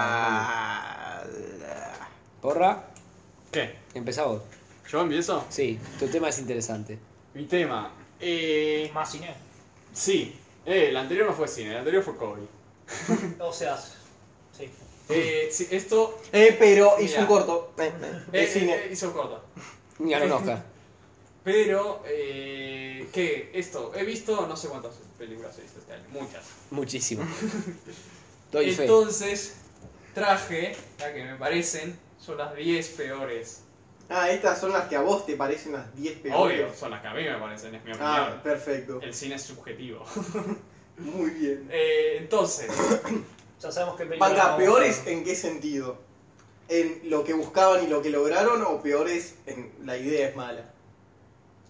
¡Prórroga! Porra, ¿Qué? empezá vos. ¿Yo empiezo? Sí, tu tema es interesante. Mi tema. Eh, Más cine. sí, eh, el anterior no fue cine, el anterior fue COVID. O sea, sí. Eh, sí, esto Eh, pero hizo Mira. un corto. Eh, eh, de eh, cine. eh, hizo corta. Ganó un Oscar. Pero, eh, ¿qué? Esto, he visto no sé cuántas películas he visto este año, muchas. Muchísimo. Doy fe. Entonces, traje, la que me parecen, son las 10 peores. Ah, estas son las que a vos te parecen las 10 peores. Obvio, son las que a mí me parecen, es mi opinión. Ah, perfecto. El cine es subjetivo. Muy bien. Eh, entonces, Ya sabemos que película. Banca, no- ¿peores en qué sentido? ¿En lo que buscaban y lo que lograron o peores en la idea es mala?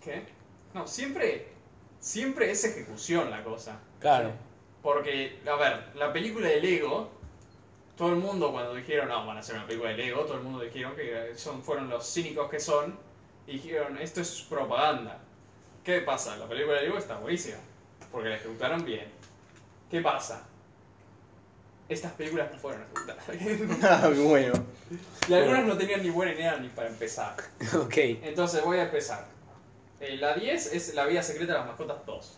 ¿qué? No, siempre, siempre es ejecución la cosa. Claro. Porque, a ver, la película de Lego, todo el mundo cuando dijeron, no, van a hacer una película de Lego, todo el mundo dijeron que son, fueron los cínicos que son, y dijeron, esto es propaganda. ¿Qué pasa? La película de Lego está buenísima, porque la ejecutaron bien. ¿Qué pasa? Estas películas no fueron ejecutadas. Ah, bueno. y algunas no tenían ni buena idea ni para empezar. Ok. Entonces voy a empezar. Eh, la 10 es La vida secreta de las mascotas 2.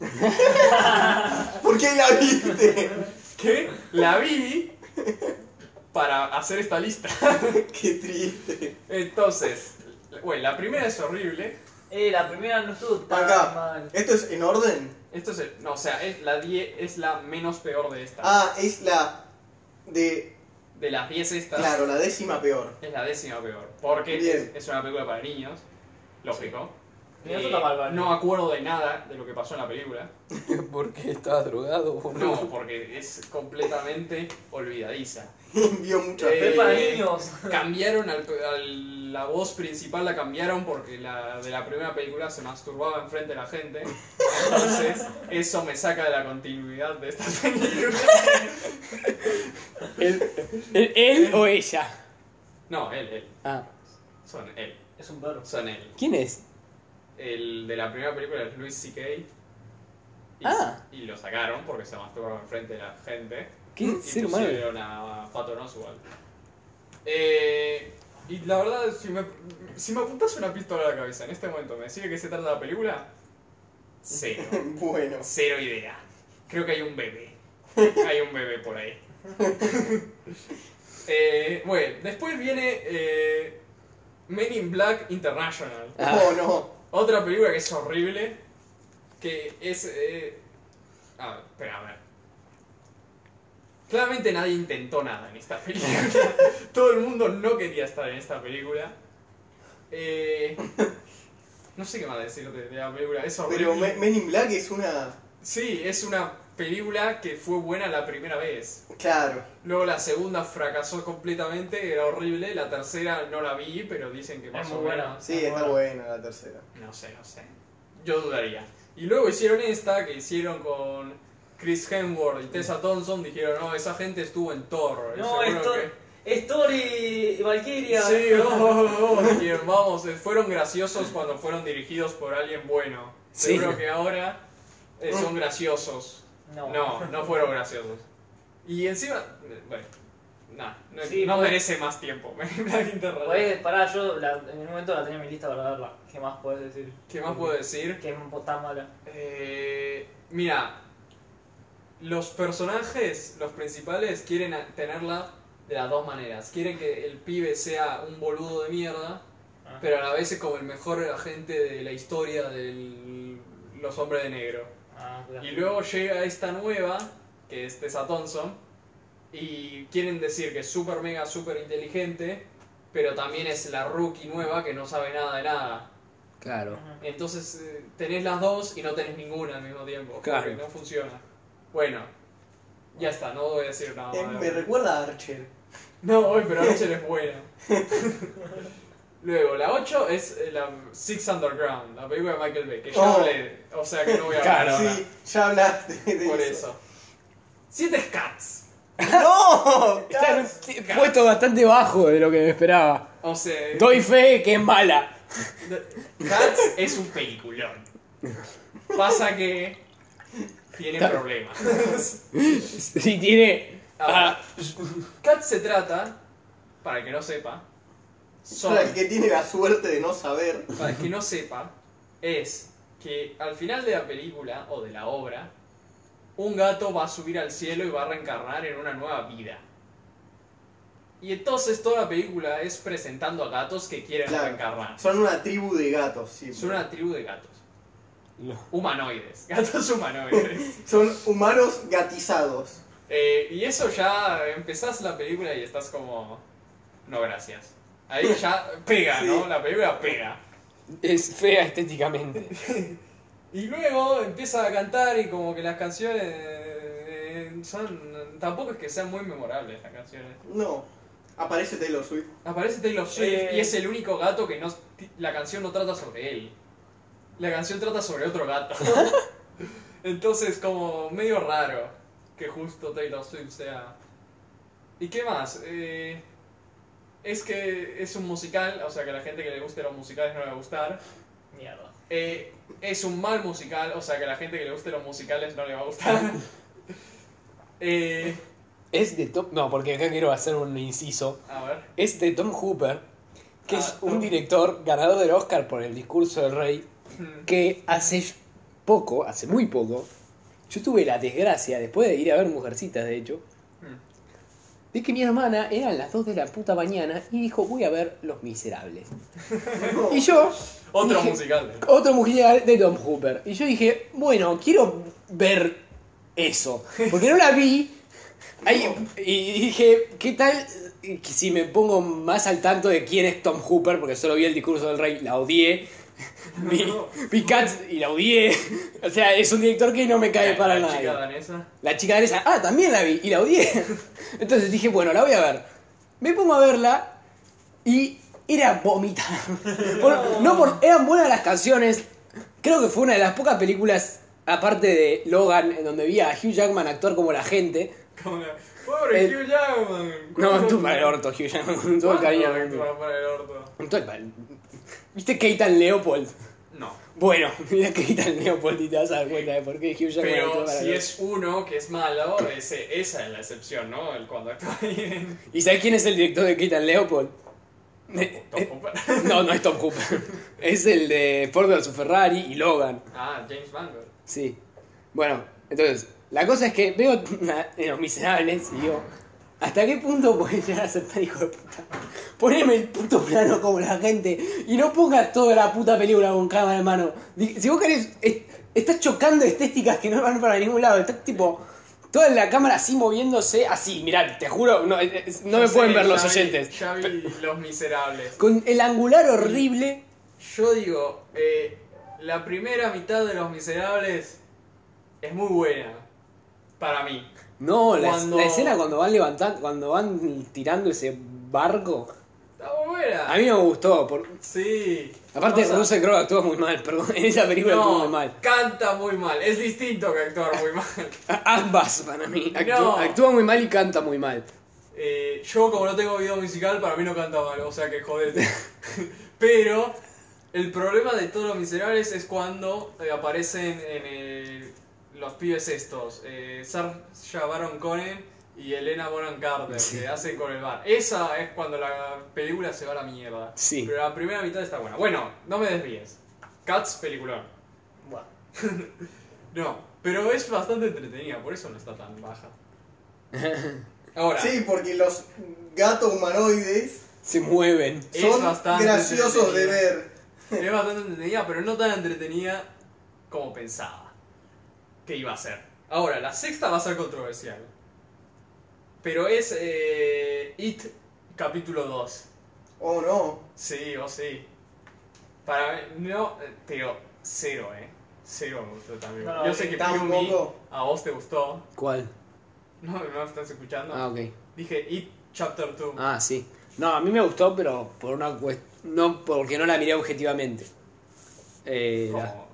¿Por qué la viste? que la vi para hacer esta lista. qué triste. Entonces, bueno, la primera es horrible. Eh, la primera no estuvo tan Banca, mal. ¿esto es en orden? Esto es, el- no, o sea, es la 10 es la menos peor de estas. Ah, es la de... De las 10 estas Claro, la décima peor. es la décima peor, porque Bien. es, es una película para niños. Lógico. Eh, Mira, esto está mal, vale. no acuerdo de nada de lo que pasó en la película. ¿Por qué estabas drogado, No, porque es completamente olvidadiza. Vio muchas Eh, Es para niños. Cambiaron al, al- la voz principal, la cambiaron porque la de la primera película se masturbaba enfrente de la gente. Entonces, eso me saca de la continuidad de esta película. ¿Él, él, él o ella? No, él, él. Ah. Son él. Es un perro. Son él. ¿Quién es? El de la primera película es Luis C.K. Y, Ah. y lo sacaron porque se masturbaba enfrente de la gente. ¿Qué Y ser humano? pusieron a Patton Oswalt. Eh, y la verdad, si me, si me apuntas una pistola a la cabeza en este momento, ¿me decís de qué se trata la película? Cero. Bueno. Cero idea. Creo que hay un bebé. Hay un bebé por ahí. Eh, bueno, después viene eh, Men in Black International. Ah. Oh, no. Otra película que es horrible. Que es. eh, A ver, espera, a ver. Claramente nadie intentó nada en esta película. Todo el mundo no quería estar en esta película. Eh, no sé qué más decir de, de la película. Es horrible. Pero Me- Men in Black es una... Sí, es una película que fue buena la primera vez. Claro. Luego la segunda fracasó completamente, era horrible. La tercera no la vi, pero dicen que más muy o buena. menos. Sí, está buena la tercera. No sé, no sé. Yo dudaría. Y luego hicieron esta que hicieron con Chris Hemsworth y Tessa Thompson. Dijeron, no, esa gente estuvo en Thor. No, seguro es Thor. que-". Es Thor y y Valkyria. Sí, oh, oh, oh, dijeron, vamos, eh, fueron graciosos cuando fueron dirigidos por alguien bueno. Sí. Seguro que ahora eh, son graciosos. No. No, no fueron graciosos. Y encima, eh, bueno, nah, no, Sí, no pues- merece más tiempo. Podés, pará, yo la- en un momento la tenía en mi lista para verla. ¿Qué más podés decir? ¿Qué más puedo decir? Que es tan mala. Eh, mira, los personajes, los principales, quieren a- tenerla de las dos maneras. Quieren que el pibe sea un boludo de mierda, Ah. pero a la vez es como el mejor agente de la historia de los hombres de negro. Ah, claro. Y luego llega esta nueva, que es Tessa Thompson, y quieren decir que es súper mega, súper inteligente, pero también es la rookie nueva que no sabe nada de nada. Claro. Ajá. Entonces eh, tenés las dos y no tenés ninguna al mismo tiempo. Claro. Porque no funciona. Bueno, ya está, no voy a decir nada Eh, más. me recuerda a Archer. No, hoy, pero Rachel es buena. Luego, la 8 es eh, la Six Underground, la película de Michael Bay, que ya Oh. hablé, o sea que no voy a hablar Claro. ahora Sí, ya hablaste de por eso. 7 es Cats. ¡No! Está en un t- puesto bastante bajo de lo que me esperaba. O sea, Doy fe que es mala. Cats es un peliculón. Pasa que tiene problemas. Si tiene Ahora, Cats Ah, se trata, para el que no sepa, son- Para el que tiene la suerte de no saber. para el que no sepa, es que al final de la película o de la obra, un gato va a subir al cielo y va a reencarnar en una nueva vida. Y entonces toda la película es presentando a gatos que quieren Claro. reencarnar. Son una tribu de gatos, siempre. Son una tribu de gatos. No. Humanoides. Gatos humanoides. Son humanos gatizados. Eh, y eso ya empezás la película y estás como... No, gracias. Ahí ya pega, ¿no? Sí. La película pega. Es fea estéticamente. Y luego empieza a cantar y como que las canciones eh, son... Tampoco es que sean muy memorables las canciones. No. Aparece Taylor Swift. Aparece Taylor Swift Eh. y es el único gato que no... La canción no trata sobre él. La canción trata sobre otro gato. Entonces como medio raro que justo Taylor Swift sea... ¿Y qué más? Eh, es que es un musical, o sea que a la gente que le guste los musicales no le va a gustar. Mierda. Eh, es un mal musical, o sea que a la gente que le guste los musicales no le va a gustar. Eh, Es de Tom. No, porque acá quiero hacer un inciso. a ver. Es de Tom Hooper, que Ah, es Tom. un director ganador del Oscar por el discurso del rey, que hace poco, hace muy poco, yo tuve la desgracia, después de ir a ver Mujercitas, de hecho, de que mi hermana eran las 2 de la puta mañana y dijo, voy a ver Los Miserables. No. Y yo, Otro Dije- musical. otro musical de Tom Hooper. Y yo dije, bueno, quiero ver eso. Porque no la vi. Ahí- y dije, ¿qué tal que si me pongo más al tanto de quién es Tom Hooper? Porque solo vi el discurso del rey, la odié. Vi, vi Cats y la odié. O sea, es un director que no me cae para la nada. chica danesa. La chica de esa, ah, también la vi y la odié. Entonces dije, bueno, la voy a ver. Me pongo a verla y era vomitar. Por- no, por- eran buenas las canciones. Creo que fue una de las pocas películas, aparte de Logan, en donde vi a Hugh Jackman actuar como la gente. Como la- Pobre Eh, Hugh Jackman. No, estuvo para el orto, Hugh Jackman, con todo el cariño. ¿Cuándo estuvo para el orto? Con todo el pal- ¿Viste Keitan Leopold? No. Bueno, mira Keitan Leopold y te vas a dar cuenta de por qué Hugh Jackman actuó Pero para el si orto. es uno que es malo, ese, esa es la excepción, ¿no? El cuando actúa bien. ¿Y sabes quién es el director de Keitan Leopold? Eh, Tom Hooper. No, no es Tom Hooper. Es el de Ford vs Ferrari y Logan. Ah, James Mangold. Sí. Bueno, entonces, la cosa es que veo en Los Miserables y digo, ¿hasta qué punto puedes llegar a aceptar, hijo de puta? Poneme el puto plano como la gente y no pongas toda la puta película con cámara en mano. Di- Si vos querés, es- estás chocando estéticas que no van para ningún lado. Estás tipo, toda la cámara así moviéndose, así, mirá, te juro, no, es- es- no Yo me sé, pueden ver los ya vi- oyentes. Ya vi Los Miserables. Con el angular horrible. Yo digo, eh, la primera mitad de Los Miserables es muy buena. Para mí. No, la, Cuando- la escena cuando van levantando, cuando van tirando ese barco, Está muy buena. a mí me gustó. Por... Sí. Aparte, O sea, Russell Crowe actúa muy mal, perdón, en esa película no, actúa muy mal. canta muy mal. Es distinto que actuar muy mal. A- ambas para mí, actúa, No. actúa muy mal y canta muy mal. Eh, yo, como no tengo video musical, para mí no canta mal, o sea que jodete. Pero el problema de todos los miserables es cuando eh, aparecen en el- los pibes estos: eh, Sarsha Baron Cohen y Elena Bonham Carter, que hacen con el bar. Esa es cuando la película se va a la mierda. Sí. Pero la primera mitad está buena. Bueno, no me desvíes. Cats, peliculón. Bueno. No, pero es bastante entretenida, por eso no está tan baja. Ahora. Sí, porque los gatos humanoides Se mueven. Es son bastante graciosos de entretenida. ver. Es bastante entretenida, pero no tan entretenida como pensaba que iba a ser. Ahora, la sexta va a ser controversial. Pero es eh, It capítulo 2. Oh no. Sí, o sí. Para mí, no, eh, pero cero, eh. Cero me gustó también. No, Yo sé que Piumi, Tampoco. a vos te gustó. ¿Cuál? No, no me estás escuchando. Ah, ok. Dije It Chapter 2. Ah, sí. No, a mí me gustó, pero por una cuest- No, porque no la miré objetivamente. Eh, la- Como,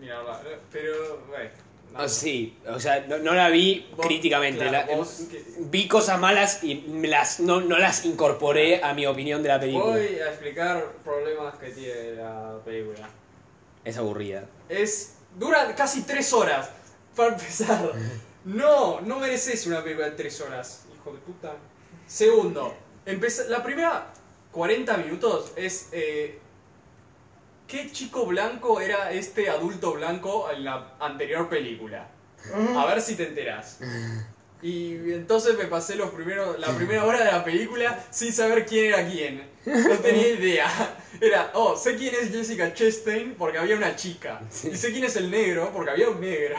mira, va, eh, pero, bueno. Ah, sí, o sea, no, no la vi Oh. Vos- críticamente. claro, la- em, vos que- Vi cosas malas y me las, no, no las incorporé a mi opinión de la película. Voy a explicar problemas que tiene la película. Es aburrida. Es. dura casi tres horas. Para empezar. No, no mereces una película de 3 horas, hijo de puta. Segundo, empeza- la primera 40 minutos es... eh, ¿Qué chico blanco era este adulto blanco en la anterior película? A ver si te enterás. Y entonces me pasé los primeros, la primera hora de la película sin saber quién era quién. No tenía idea. Era, oh, sé quién es Jessica Chastain porque había una chica. Y sé quién es el negro porque había un negro.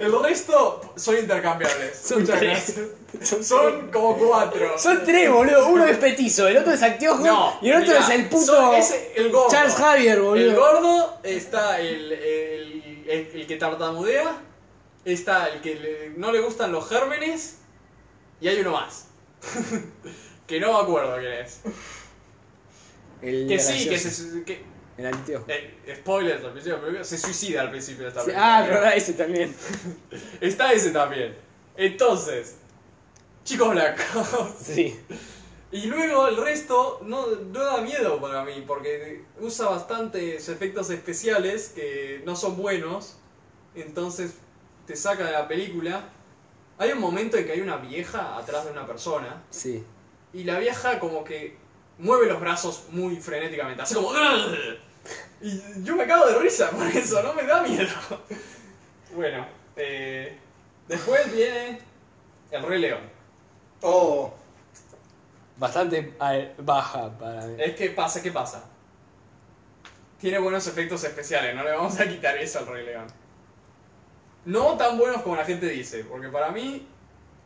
El resto son intercambiables. Son Muchas tres. gracias. Son como cuatro. Son tres, boludo. Uno es petizo, el otro es Antiojo No, y el otro mirá, es el puto son- es el gordo. Charles Javier, El boludo. gordo está el, el, el- el que tartamudea, está el que le- no le gustan los gérmenes y hay uno más. que no me acuerdo quién es. El Que sí, que gracioso, se... su- Que, El Antiojo. eh, spoilers al principio, de la película, se suicida al principio de esta película. Ah, es verdad, ese también. Está ese también. Entonces, chicos blancos. Sí. Y luego el resto no, no da miedo para mí, porque usa bastantes efectos especiales que no son buenos, entonces te saca de la película. Hay un momento en que hay una vieja atrás de una persona, Sí. y la vieja como que mueve los brazos muy frenéticamente, así como... "Ugh". Y yo me cago de risa por eso, no me da miedo. Bueno, eh, después viene el Rey León. Oh, Bastante al- baja para mí. Es que pasa, ¿qué pasa? Tiene buenos efectos especiales, no le vamos a quitar eso al Rey León. No tan buenos como la gente dice, porque para mí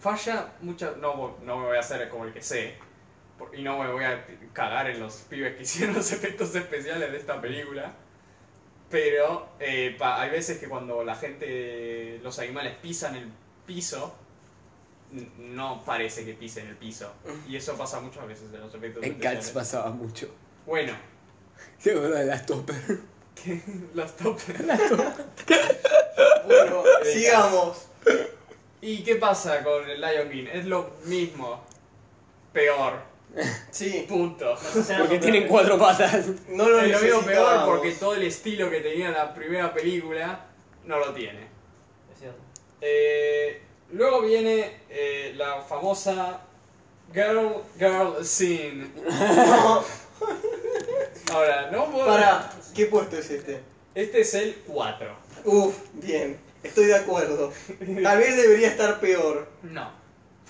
falla muchas... No, vo- no me voy a hacer como el que sé, por- y no me voy a cagar en los pibes que hicieron los efectos especiales de esta película, pero eh, pa- hay veces que cuando la gente, los animales pisan el piso, n- no parece que pisen el piso, y eso pasa muchas veces en los efectos En especiales. Cats pasaba mucho. Bueno, ¿Te acuerdas de las Topper? que las toppers. bueno, sigamos. ¿Y qué pasa con el Lion King? Es lo mismo. Peor. Sí, Punto. Porque tienen cuatro patas. no lo es lo mismo peor necesitábamos. porque todo el estilo que tenía la primera película no lo tiene. Es cierto. Eh, luego viene eh, la famosa Girl Girl Scene. No, Ahora, no puedo. Pará, ¿qué puesto es este? Este es el 4. Uf, bien, estoy de acuerdo. Tal vez debería estar peor. No.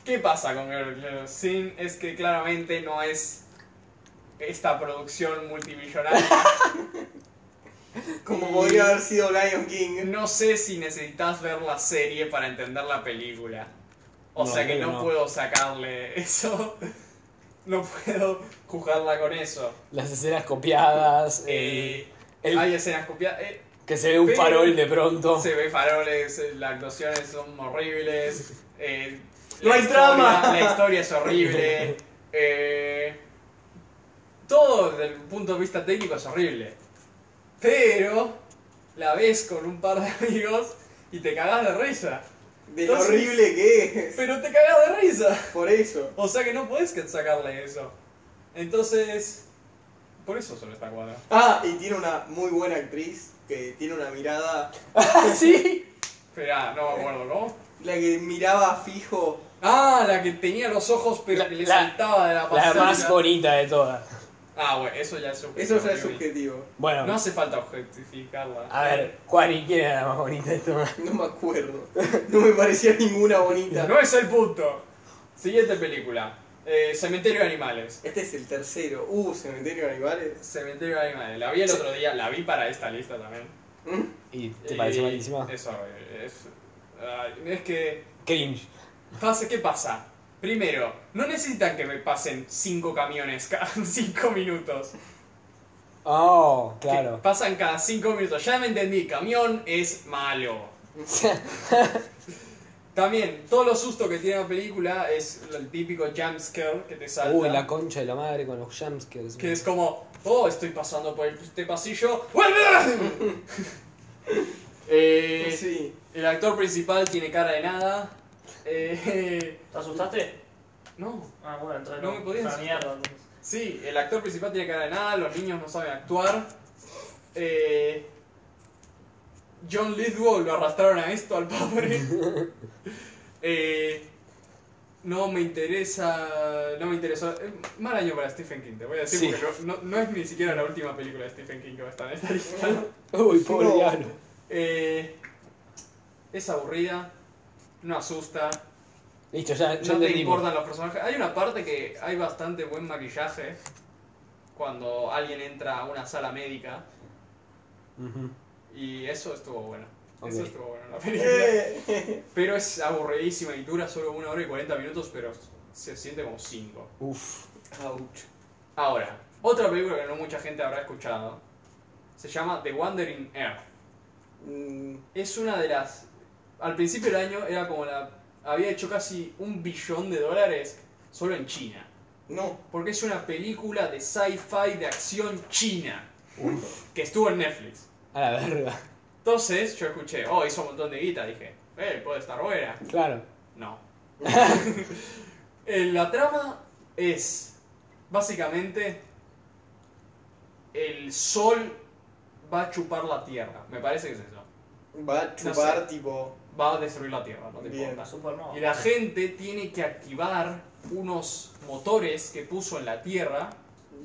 ¿Qué pasa con Girl Girl Sin? Es que claramente no es esta producción multimillonaria. Como Y- podría haber sido Lion King. No sé si necesitas ver la serie para entender la película. O No, sea que creo no, que no. puedo sacarle eso. No puedo juzgarla con eso. Las escenas copiadas. eh, Eh, el- Hay escenas copiadas. eh, que se ve un pero- farol de pronto. Se ve faroles, eh, las actuaciones son horribles. eh, No la hay historia- trama. La historia es horrible. eh, todo desde el punto de vista técnico es horrible. Pero la ves con un par de amigos y te cagás de risa. De lo Entonces- horrible que es. Pero te cagás de risa. Por eso. O sea que no podés que sacarle eso. Entonces. Por eso solo está cuadra. Ah, y tiene una muy buena actriz que tiene una mirada. sí. Espera, no me acuerdo, ¿no? La que miraba fijo. Ah, la que tenía los ojos pero La- que le la- saltaba de la La pantalla. más bonita de todas. Ah, bueno, eso ya es subjetivo. Eso ya es Jimmy. subjetivo. Bueno, No hace falta objetificarla. a ver, Juani, ¿quién era la más bonita de todas? No me acuerdo. No me parecía ninguna bonita. No es el punto. Siguiente película. Eh, Cementerio de Animales. Este es el tercero. Uh, cementerio de animales. Cementerio de Animales. La vi el otro día, la vi para esta lista también. ¿Mm? ¿Y te Y pareció malísima? Eso, eh, es, ay, es que... Cringe. Pasa, ¿Qué pasa? Primero, no necesitan que me pasen cinco camiones cada cinco minutos. Oh, Que claro. pasan cada cinco minutos. Ya me entendí, camión es malo. También, todos los sustos que tiene la película es el típico jumpscare que te salta. Uy, la concha de la madre con los jumpscares. Que es como, oh, estoy pasando por este pasillo. Eh, Sí. El actor principal tiene cara de nada. Eh, ¿Te asustaste? no. Ah, bueno, entonces No me podías Una asustar. mierda, entonces. Sí, el actor principal tiene cara de nada, los niños no saben actuar. Eh, John Lithgow lo arrastraron a esto, al pobre. Eh, no me interesa. No me interesó. eh, Mal año para Stephen King, te voy a decir, Sí. porque no, no- no es ni siquiera la última película de Stephen King que va a estar en esta lista. Uy, pobre No. diablo. Eh, es aburrida, no asusta, Listo, ya, ya no te entendimos. importan los personajes. Hay una parte que hay bastante buen maquillaje cuando alguien entra a una sala médica Ujú. y eso estuvo bueno. Ok. Eso estuvo bueno en la película. Eh, Pero es aburridísima y dura solo una hora y 40 minutos, pero se siente como 5. Uf. Ouch. Ahora, otra película que no mucha gente habrá escuchado se llama The Wandering Earth. Mm, es una de las. Al principio del año era como la. Había hecho casi un billón de dólares solo en China. No. Porque es una película de sci-fi de acción china. Que estuvo en Netflix. A la verga. Entonces yo escuché, oh, hizo un montón de guita. Dije, eh, puede estar buena. Claro. No. Eh, la trama es básicamente el sol va a chupar la tierra. Me parece que es eso. Va a chupar No sé. tipo. Va a destruir la tierra, no te Bien. importa. Supernova. Y la gente tiene que activar unos motores que puso en la Tierra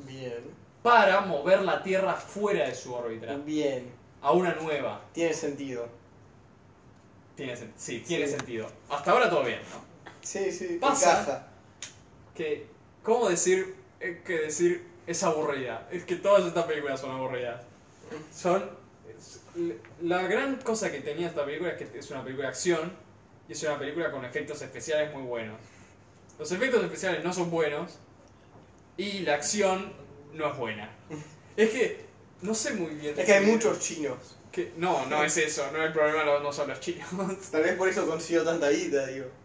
Bien. para mover la Tierra fuera de su órbita, Bien. a una nueva. Tiene sentido. Tiene, sen- sí, tiene Sí. sentido. Hasta ahora todo bien, ¿no? Sí, sí. Pasa. Encaja. Que, ¿Cómo decir eh, que decir es aburrida? Es que todas estas películas son aburridas. Son... es- La gran cosa que tenía esta película es que es una película de acción y es una película con efectos especiales muy buenos. Los efectos especiales no son buenos y la acción no es buena. Es que no sé muy bien. Es que hay muchos chinos. que- no, no es eso, no el problema no- no son los chinos. Tal vez por eso consigo tanta guita, digo.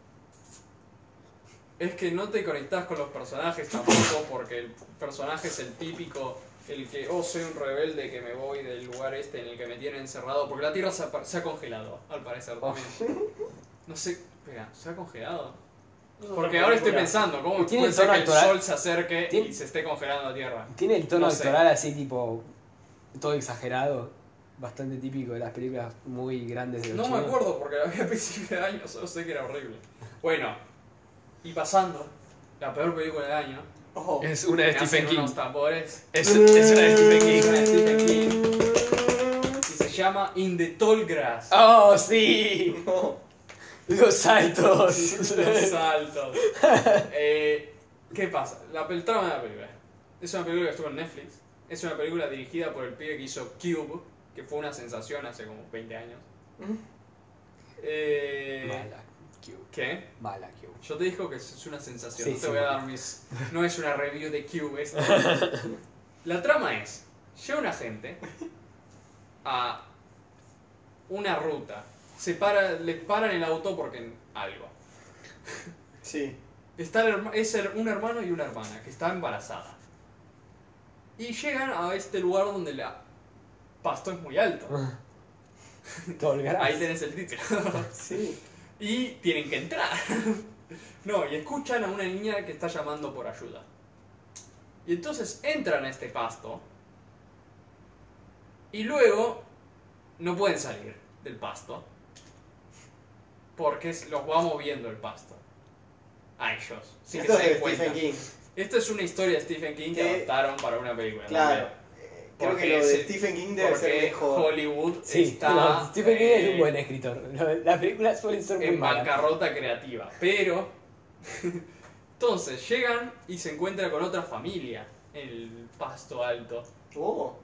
Es que no te conectás con los personajes tampoco, porque el personaje es el típico, el que, oh, soy un rebelde que me voy del lugar este en el que me tienen encerrado, porque la Tierra se ha, par- se ha congelado, al parecer Ah, también. No sé, espera, ¿se ha congelado? Porque ahora estoy pensando, ¿cómo Tiene puede ser tono que el actoral. sol se acerque Tiene- y se esté congelando la Tierra? Tiene el tono No sé. actoral así, tipo. Todo exagerado. Bastante típico de las películas muy grandes de los No me chinos. acuerdo porque la vi a principio de año, solo sé que era horrible. Bueno, y pasando, la peor película del año, Oh. Es una me de hacen Stephen King. unos tambores. Es, es una de Stephen King. Una de Stephen King. y se llama In the Tall Grass. Ah, ¡Oh, sí! No. Los saltos. Los saltos. Eh, ¿Qué pasa? La, el trama de la película. Es una película que estuvo en Netflix. Es una película dirigida por el pibe que hizo Cube, que fue una sensación hace como 20 años. ¿Mm? Eh, Mala Q. ¿Qué? Mala Q. Yo te digo que es una sensación, Sí, no te sí. voy a dar mis... No es una review de Cube esta. La trama es, llega un agente a una ruta, se para, le paran el auto porque en algo. Sí. Está el herma- es el- un hermano y una hermana que está embarazada. Y llegan a este lugar donde la pasto es muy alto. Todo el Ahí garaje. tenés el título. Sí. y tienen que entrar. no, y escuchan a una niña que está llamando por ayuda. Y entonces entran a este pasto. Y luego no pueden salir del pasto. Porque es- los va moviendo el pasto. A ellos. Sin que Esto se den es de cuenta. Stephen King. Esto es una historia de Stephen King que Que- adaptaron para una película. Claro. también. Eh, Creo Porque que lo de ese- Stephen King debe Porque ser mejor. Hollywood Sí, está. no, Stephen King es eh, un buen escritor. Las películas suelen ser muy en malas. bancarrota creativa. Pero. Entonces llegan y se encuentran con otra familia en el pasto alto. Oh.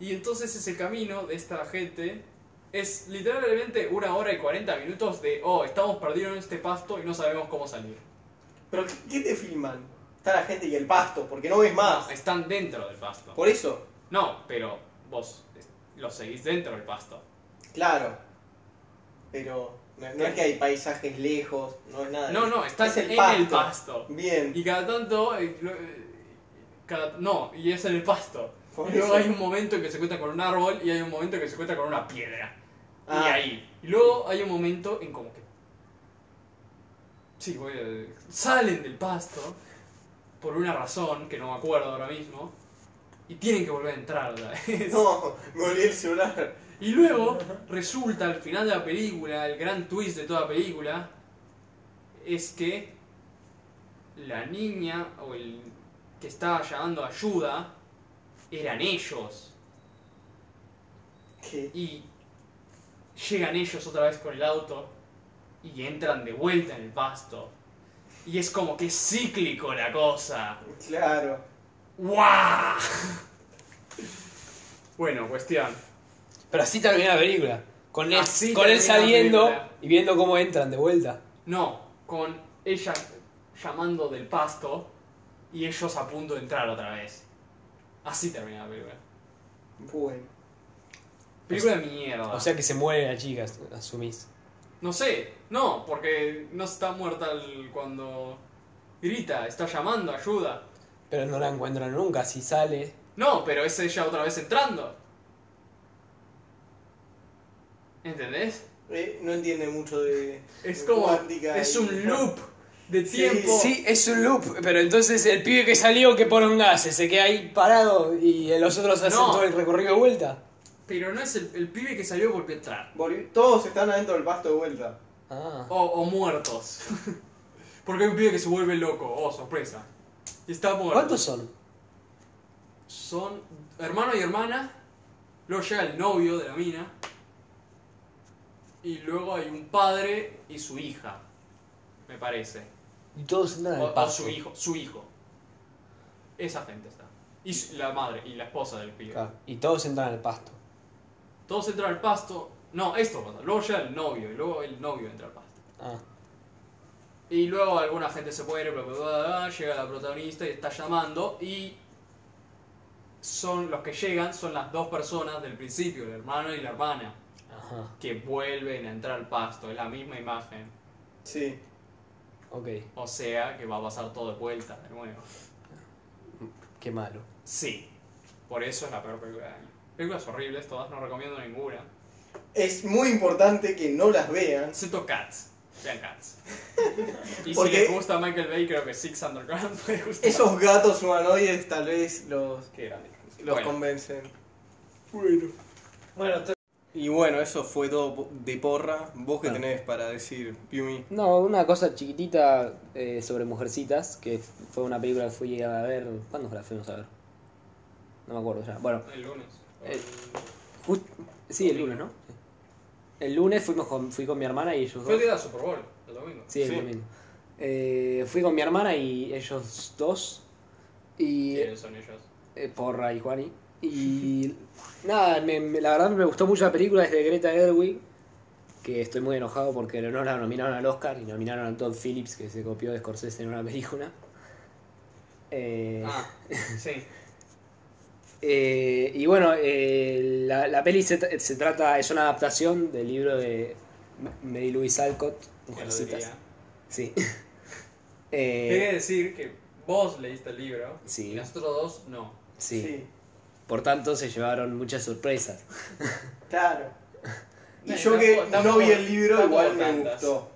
Y entonces ese camino de esta gente es literalmente una hora y 40 minutos de, oh, estamos perdidos en este pasto y no sabemos cómo salir. Pero ¿qué, qué te filman? Está la gente y el pasto, porque no ves más. Están dentro del pasto. Por eso, No, pero vos es- los seguís dentro del pasto. claro. Pero no, no es que hay paisajes lejos, no es nada. No, no, estás Ah, Es el en el pasto. pasto. Bien. Y cada tanto. eh, lo- eh, cada- no, y es en el pasto. Por Y luego eso. hay un momento en que se encuentra con un árbol y hay un momento en que se encuentra con una piedra. Y Ah. ahí. Y luego hay un momento en como que. Sí, voy a- Salen del pasto por una razón que no me acuerdo ahora mismo. Y tienen que volver a entrar otra vez. No, me olvidé el celular. Y luego resulta al final de la película, el gran twist de toda película, es que la niña o el que estaba llamando ayuda eran ellos. ¿Qué? Y llegan ellos otra vez con el auto y entran de vuelta en el pasto. Y es como que es cíclico la cosa. Claro. ¡Guau! Bueno, cuestión. Pero así termina la película. Con él, Así con él termina la saliendo película. y viendo cómo entran de vuelta. No, con ella llamando del pasto y ellos a punto de entrar otra vez. Así termina la película. Bueno. Película de mierda. O sea que se muere la chica, asumís. no sé, no, porque no está muerta el- cuando grita, está llamando, ayuda. Pero no la encuentran nunca, si sale. No, pero es ella otra vez entrando. ¿Entendés? Eh, no entiende mucho de. Es de como. cuántica Es y- un loop de tiempo. Sí, es un loop, pero entonces el pibe que salió que por un gas, se queda ahí parado y los otros hacen No. todo el recorrido de vuelta. Pero no es el, el pibe que salió volvió a entrar. Volvi- Todos están adentro del pasto de vuelta. Ah. O, o muertos. Porque hay un pibe que se vuelve loco. Oh, sorpresa. Y está muerto. ¿Cuántos son? Son hermano y hermana. Luego llega el novio de la mina. Y luego hay un padre y su hija. Me parece. Y todos andan O, al o paso. su hijo. Su hijo. Esa gente está. Y su- la madre y la esposa del pibe. Claro, Y todos entran al pasto. Todos entran al pasto. No, esto pasa. Luego llega el novio. Y luego el novio entra al pasto. Ah. Y luego alguna gente se muere, bla, bla, bla, bla, llega la protagonista y está llamando y son los que llegan son las dos personas del principio, el hermano y la hermana, Ajá. que vuelven a entrar al pasto, es la misma imagen. Sí. Ok. O sea que va a pasar todo de vuelta de nuevo. Qué malo. Sí. Por eso es la peor película del año. Películas horribles, todas, no recomiendo ninguna. Es muy importante que no las vean. Excepto Cats. Vean Cats. y si Porque- les gusta Michael Bay, creo que Six Underground puede gustar. Esos gatos humanoides tal vez los, Qué grande. los Bueno. convencen. Bueno, te- Y bueno, eso fue todo po- de porra. ¿Vos qué Claro. tenés para decir, Piumi? No, una cosa chiquitita eh, sobre Mujercitas, que fue una película que fui a ver. ¿Cuándo la fuimos a ver? No me acuerdo ya. Bueno, El lunes. Eh, just- sí, el lunes, ¿no? Sí. El lunes fuimos con, fui con mi hermana y ellos Fue el dos. día de Super Bowl, el domingo. Sí, el Sí. domingo. Eh, fui con mi hermana y ellos dos. Y ¿Quiénes son ellos? eh, Porra y Juani. Y nada, me- me- la verdad me gustó mucho la película desde Greta Gerwig, que estoy muy enojado porque no la nominaron al Oscar y nominaron a Todd Phillips, que se copió de Scorsese en una película. Eh, Ah, sí. eh, y bueno, eh, la, la peli se, tra- se trata, es una adaptación del libro de Mary Louise Alcott, Mujercitas. Quería Sí. Eh, decir que vos leíste el libro Sí. y nosotros dos no. sí. Por tanto, se llevaron muchas sorpresas. claro. Y No, yo tampoco- que no tampoco- vi el libro, tampoco igual me tantas. gustó.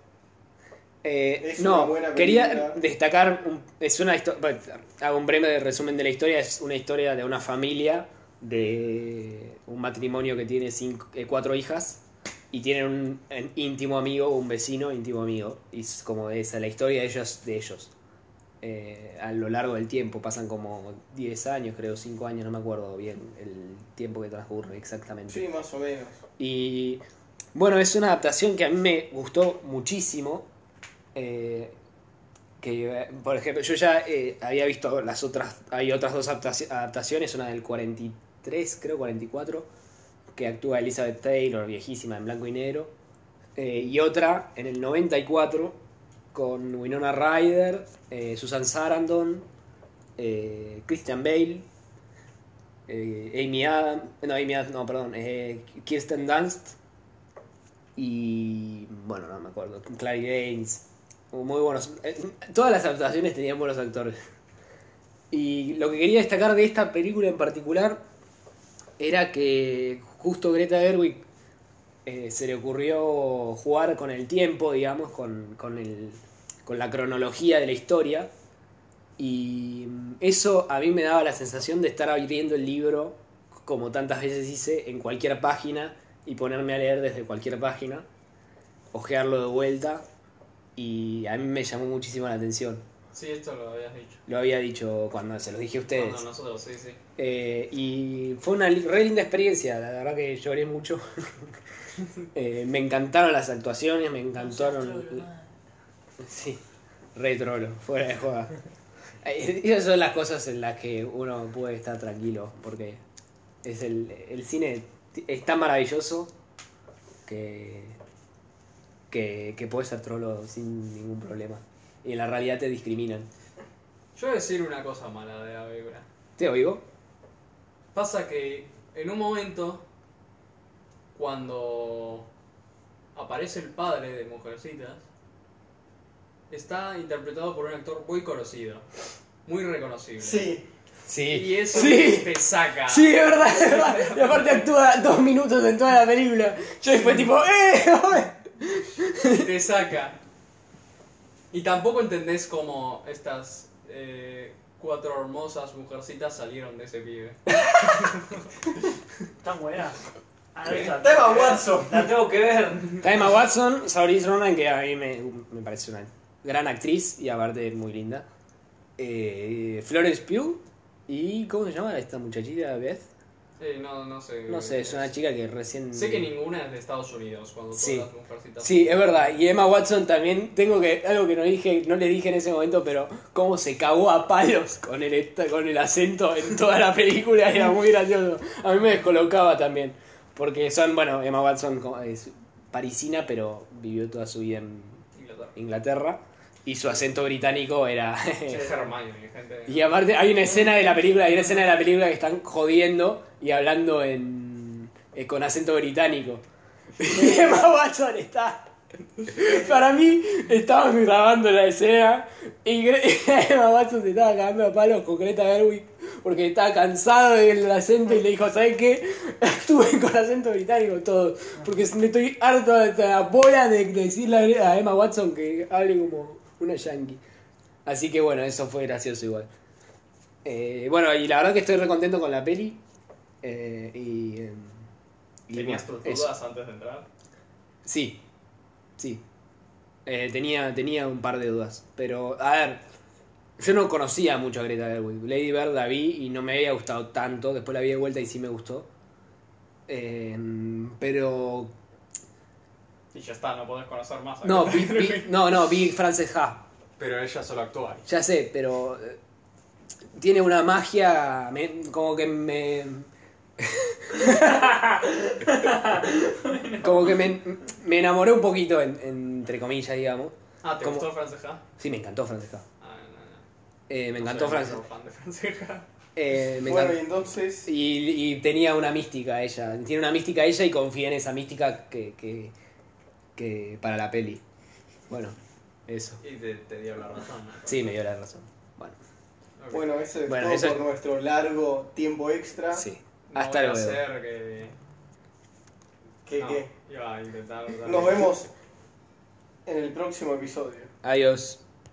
Eh, Es una no, buena quería película. destacar, un- es una histo- bueno, hago un breve resumen de la historia, es una historia de una familia, de un matrimonio que tiene cinco- eh, cuatro hijas y tienen un, un íntimo amigo, un vecino íntimo amigo, y es como esa la historia de ellos, de ellos. Eh, a lo largo del tiempo, pasan como 10 años, creo, 5 años, no me acuerdo bien el tiempo que transcurre exactamente. Sí, más o menos. Y bueno, es una adaptación que a mí me gustó muchísimo. eh, que, eh, por ejemplo, yo ya eh, había visto las otras, hay otras dos adaptaci- adaptaciones, una del 43, creo, 44, que actúa Elizabeth Taylor, viejísima, en blanco y negro, eh, y otra en el 94 con Winona Ryder, eh, Susan Sarandon, eh, Christian Bale, eh, Amy Adams, no, Amy Adams, no, perdón, eh, Kirsten Dunst y, bueno, no me acuerdo, Clary Gaines, muy buenos, eh, todas las adaptaciones tenían buenos actores. Y lo que quería destacar de esta película en particular era que justo Greta Gerwig eh, se le ocurrió jugar con el tiempo, digamos, con, con, el, con la cronología de la historia. Y mm, eso a mí me daba la sensación de estar abriendo el libro, como tantas veces hice, en cualquier página y ponerme a leer desde cualquier página, ojearlo de vuelta y a mí me llamó muchísimo la atención. Sí, esto lo habías dicho. Lo había dicho cuando se los dije a ustedes. Cuando nosotros, sí, sí. Eh, y fue una li- re linda experiencia, la verdad que lloré mucho. Eh, me encantaron las actuaciones, me encantaron... Sí, re trolo, fuera de joda. Eh, Esas son las cosas en las que uno puede estar tranquilo, porque es el, el cine t- es tan maravilloso que, que, que puedes ser trolo sin ningún problema. Y en la realidad te discriminan. Yo voy a decir una cosa mala de la película. ¿Te oigo? Pasa que en un momento, cuando aparece el padre de Mujercitas, está interpretado por un actor muy conocido, muy reconocible. Sí. Sí. Y eso Sí. te saca. Sí, es verdad, es verdad. Y aparte actúa dos minutos en toda la película. Yo después tipo, ¡eh! te saca. Y tampoco entendés cómo estas eh, cuatro hermosas mujercitas salieron de ese pibe. Tan buena. Ah, esa- Tema Watson. La tengo que ver. Emma Watson, Saoirse Ronan, que a mí me, me parece una gran actriz y aparte muy linda. Eh, Florence Pugh y ¿cómo se llama esta muchachita Beth? Eh, no, no sé. No sé, es una chica que recién. Sé que ninguna es de Estados Unidos cuando todas Sí. las mujercitas. Sí, es verdad. Y Emma Watson también tengo que algo que no dije, no le dije en ese momento, pero cómo se cagó a palos con el esta- con el acento en toda la película era muy gracioso. A mí me descolocaba también, porque son bueno Emma Watson co- es parisina, pero vivió toda su vida en Inglaterra. Inglaterra y su acento británico era Es Hermione, gente. y aparte hay una escena de la película, hay una escena de la película que están jodiendo y hablando en eh, con acento británico. Y Emma Watson está. Para mí, estábamos grabando la escena y Gre- Emma Watson se estaba cagando a palos con Greta Gerwig porque estaba cansado del acento y le dijo, ¿sabes qué? Estuve con acento británico todo, porque me estoy harto de esta bola de, de decirle a Gre- a Emma Watson que hable como una yankee. Así que bueno, eso fue gracioso igual. Eh, bueno, y la verdad que estoy re contento con la peli. eh, y, em, y ¿Tenías bueno, tus eso. dudas antes de entrar? Sí, sí. Eh, tenía, tenía un par de dudas. Pero, a ver, yo no conocía mucho a Greta Gerwig. Lady Bird la vi y no me había gustado tanto. Después la vi de vuelta y sí me gustó. Eh, pero... Y ya está, no podés conocer más. a No, Greta vi, vi- Gerwig. no, no, vi Frances Ha. Pero ella solo actúa ahí. Ya sé, pero eh, tiene una magia, me- como que me... como que me, me enamoré un poquito, en- entre comillas, digamos. Ah, ¿te ¿Cómo? gustó Francesca? Sí, me encantó Francesca. Ah, no, no. Eh, me No encantó soy muy Francesca. fan de Francesca. Eh, me Bueno, y encantó. entonces. Y, y tenía una mística ella. Tiene una mística ella y confía en esa mística que, que, que para la peli. Bueno, eso. Y te, te dio la razón. ¿no? Sí, me dio la razón. Bueno, Ok. Bueno, eso es Bueno, todo eso es- por nuestro largo tiempo extra. sí. Ah, No Hasta voy a luego. hacer que... Que, no, que Iba a intentar... nos vemos en el próximo episodio. Adiós.